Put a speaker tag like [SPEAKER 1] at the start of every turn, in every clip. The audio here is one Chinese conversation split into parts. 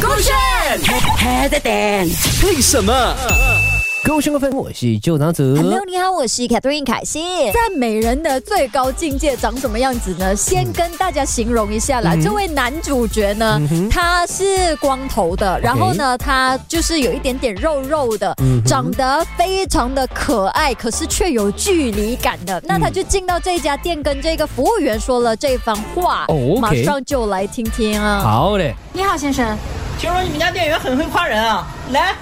[SPEAKER 1] 勾选 h 的 d
[SPEAKER 2] 为什么？各位兄弟们，我是旧长子。
[SPEAKER 3] Hello，你好，我是 Catherine 凯西。
[SPEAKER 4] 赞嗯美人的最高境界长什么样子呢？先跟大家形容一下啦。
[SPEAKER 3] 嗯
[SPEAKER 4] 这位男主角呢，他是光头的，然后呢，他就是有一点点肉肉的，
[SPEAKER 3] 嗯
[SPEAKER 4] 长得非常的可爱，可是却有距离感的。那他就进到这家店，跟这个服务员说了这番话
[SPEAKER 2] 哦，OK，
[SPEAKER 4] 马上就来听听啊。
[SPEAKER 2] 好嘞，？
[SPEAKER 5] 你好，先生，
[SPEAKER 6] 听说你们家店员很会夸人啊，来，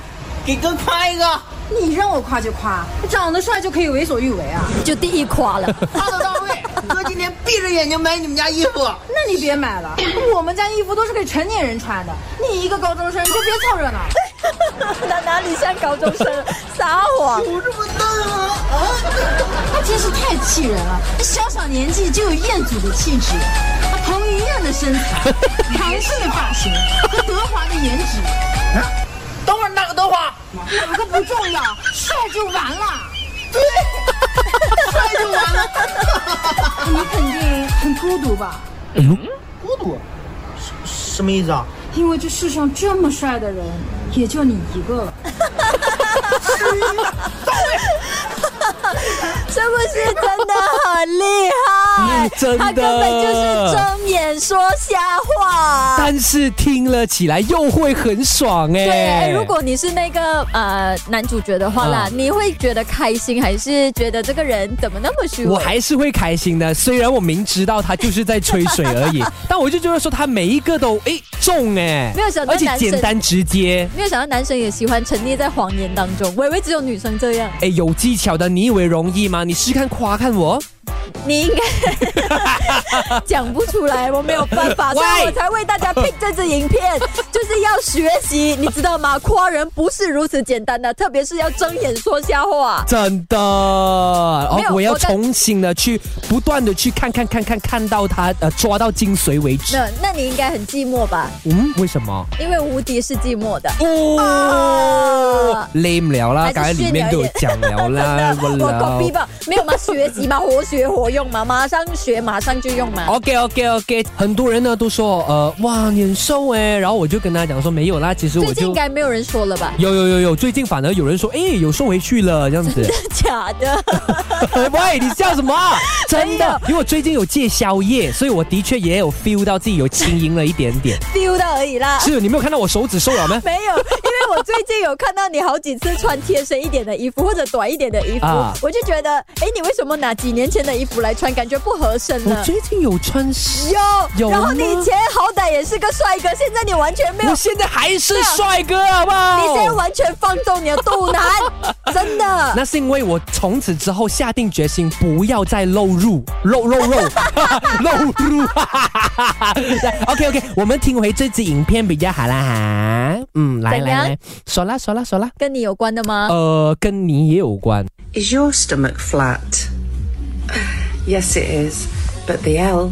[SPEAKER 6] 给哥夸一个。
[SPEAKER 5] 你让我夸就夸，长得帅就可以为所欲为 啊？
[SPEAKER 4] 就第一 夸了，
[SPEAKER 6] 夸到到位，哥今天闭着眼睛买你们家衣服。
[SPEAKER 5] 那你别买了，我们家衣服都是给成年人穿的，你一个高中生就别凑热闹。
[SPEAKER 4] 他哪里像高中生？撒谎。
[SPEAKER 6] 有这么嫩吗？啊，
[SPEAKER 5] 他真是太气人了，小小年纪就有彦祖的气质，彭于晏的身 材，韩式的发型和德华的颜值，
[SPEAKER 6] 等会儿哪个都花，
[SPEAKER 5] 哪个不重要，帅就完了。
[SPEAKER 6] 帅就完了。
[SPEAKER 5] 你肯定很孤独吧？
[SPEAKER 6] 孤独，什什么意思啊？
[SPEAKER 5] 因为这世上这么帅的人，也就你一个了。
[SPEAKER 4] 是不是真的很厉害
[SPEAKER 2] 真的
[SPEAKER 4] 他根本就是睁眼说瞎话。
[SPEAKER 2] 但是听了起来又会很爽哎、
[SPEAKER 4] 对，哎如果你是那个呃男主角的话啦，
[SPEAKER 2] 啊
[SPEAKER 4] 你会觉得开心，还是觉得这个人怎么那么虚伪？
[SPEAKER 2] 我还是会开心的，虽然我明知道他就是在吹水而 已，但我就觉得说他每一个都哎中哎、
[SPEAKER 4] 没有想到
[SPEAKER 2] 而且
[SPEAKER 4] 男生
[SPEAKER 2] 简单直接。
[SPEAKER 4] 没有想到男生也喜欢沉溺在谎言当中，我以为只有女生这样。
[SPEAKER 2] 哎，有技巧的，你以为容易吗？你试看夸看我，
[SPEAKER 4] 你应 该讲不出来，我没有办法，所以我才为大家 pick 这支影 片，就是要学习，你知道吗？夸人不是如此简单的，特别是要睁眼说瞎话。
[SPEAKER 2] 真的哦
[SPEAKER 4] 没，有
[SPEAKER 2] 我要
[SPEAKER 4] 我跟
[SPEAKER 2] 重新的去不断的去看看看看看到他呃抓到精髓为止。
[SPEAKER 4] 那那你应该很寂寞吧？
[SPEAKER 2] 嗯，为什么？
[SPEAKER 4] 因为无敌是寂寞的。
[SPEAKER 2] 哦
[SPEAKER 4] 啊
[SPEAKER 2] ，lame 了啦，刚才
[SPEAKER 4] 还是
[SPEAKER 2] 里
[SPEAKER 4] 炫
[SPEAKER 2] 面
[SPEAKER 4] 耀
[SPEAKER 2] 都有
[SPEAKER 4] 一点
[SPEAKER 2] 讲了啦，
[SPEAKER 4] 我 copy 吧，没有嘛，学习嘛，活学活用嘛，马上学，马上就用嘛。
[SPEAKER 2] OK OK OK，很多人呢都说呃哇你很瘦哎，然后我就跟他讲说没有啦，其实我
[SPEAKER 4] 最近应
[SPEAKER 2] 就
[SPEAKER 4] 该没有人说了 吧？
[SPEAKER 2] 有有有有，最近反而有人说哎有瘦回去了这 样子，
[SPEAKER 4] 假 的，
[SPEAKER 2] 喂你笑什么？啊真
[SPEAKER 4] 没
[SPEAKER 2] 的
[SPEAKER 4] 有，
[SPEAKER 2] 因为我最近有戒宵夜，所以我的确也有 feel 到自己有轻盈了一点点。
[SPEAKER 4] 丢到而已啦。
[SPEAKER 2] 是你没有看到我手指瘦了吗？
[SPEAKER 4] 没有，因为我最近有看到你好几次穿贴身一点的衣服或者短一点的衣服，
[SPEAKER 2] 啊
[SPEAKER 4] 我就觉得，哎，你为什么拿几年前的衣服来穿，感觉不合身
[SPEAKER 2] 我
[SPEAKER 4] 呢？
[SPEAKER 2] 最近有穿瘦，
[SPEAKER 4] 有，
[SPEAKER 2] 有
[SPEAKER 4] 然后你
[SPEAKER 2] 吗
[SPEAKER 4] 以前好歹也是个帅哥，现在你完全没有
[SPEAKER 2] 我，现在还是
[SPEAKER 4] 没有
[SPEAKER 2] 帅哥，好不好？
[SPEAKER 4] 你现在完全放纵你的肚 腩，真的。
[SPEAKER 2] 那是因为我从此之后下定决心不要再露入露露 露露入。OK OK，我们听回这支影片比较好啦哈。嗯，来
[SPEAKER 4] 怎样
[SPEAKER 2] 来来，说啦说啦说啦。
[SPEAKER 4] 跟你有关的吗？
[SPEAKER 2] 呃，跟你也有关。
[SPEAKER 7] Is your stomach flat? yes, it is, but the L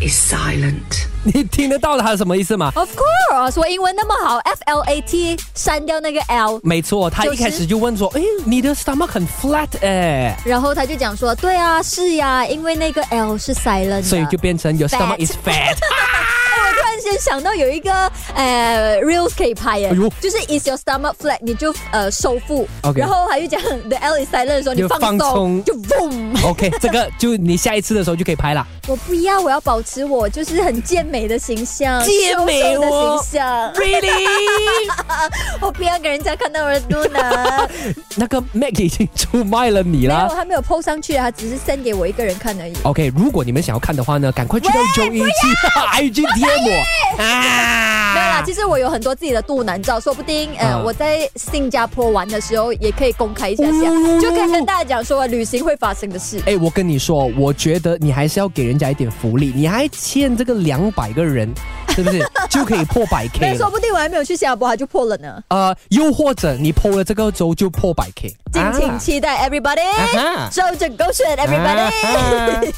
[SPEAKER 7] is silent.
[SPEAKER 2] 你听得到它什么意思吗？
[SPEAKER 4] Of course，我英文那么好，F L A T 删掉那个 L，
[SPEAKER 2] 没错，他一开始就问说：“哎，你的 stomach 很 flat 哎、
[SPEAKER 4] 然后他就讲说，对啊，是呀、因为那个 L 是 silent，的
[SPEAKER 2] 所以就变成 your stomach is fat 。
[SPEAKER 4] 我突然间想到有一个呃 reels 可以拍耶，
[SPEAKER 2] 哎呦
[SPEAKER 4] 就是 is your stomach flat，你就呃收腹
[SPEAKER 2] OK
[SPEAKER 4] 然后还有讲 the L is silent 的时候，你
[SPEAKER 2] 就
[SPEAKER 4] 放
[SPEAKER 2] 放松
[SPEAKER 4] 松就 boom。
[SPEAKER 2] OK，这个就你下一次的时候就可以拍了。
[SPEAKER 4] 我不要，我要保持我就是很健美的形象，
[SPEAKER 2] 健美
[SPEAKER 4] 瘦瘦的
[SPEAKER 2] 哦
[SPEAKER 4] 形象，
[SPEAKER 2] Really？
[SPEAKER 4] 我不要给人家看到我的肚腩。
[SPEAKER 2] 那个 Mac 已经出卖了你
[SPEAKER 4] 没有，
[SPEAKER 2] 啦。
[SPEAKER 4] 他没有 PO 上去啊，他只是 send 给我一个人看而已。
[SPEAKER 2] OK，如果你们想要看的话呢，赶快去到周一七 IG DM 我啊！
[SPEAKER 4] 没有啦，其实我有很多自己的肚腩照，说不定呃、
[SPEAKER 2] 啊
[SPEAKER 4] 我在新加坡玩的时候也可以公开一下下，
[SPEAKER 2] 哦
[SPEAKER 4] 就可以跟大家讲说旅行会发生的事。
[SPEAKER 2] 哎、我跟你说，我觉得你还是要给人家一点福利，你还欠这个两百个人，是不是就可以破百
[SPEAKER 4] 那
[SPEAKER 2] K
[SPEAKER 4] 说
[SPEAKER 2] 了？
[SPEAKER 4] 不定我还没有去新加坡，它就破了呢。
[SPEAKER 2] 呃，又或者你破了这个周就破百 K，
[SPEAKER 4] 敬请期待
[SPEAKER 2] 啊
[SPEAKER 4] ，everybody，
[SPEAKER 2] 哈
[SPEAKER 4] 周整勾选，everybody。
[SPEAKER 2] 啊哈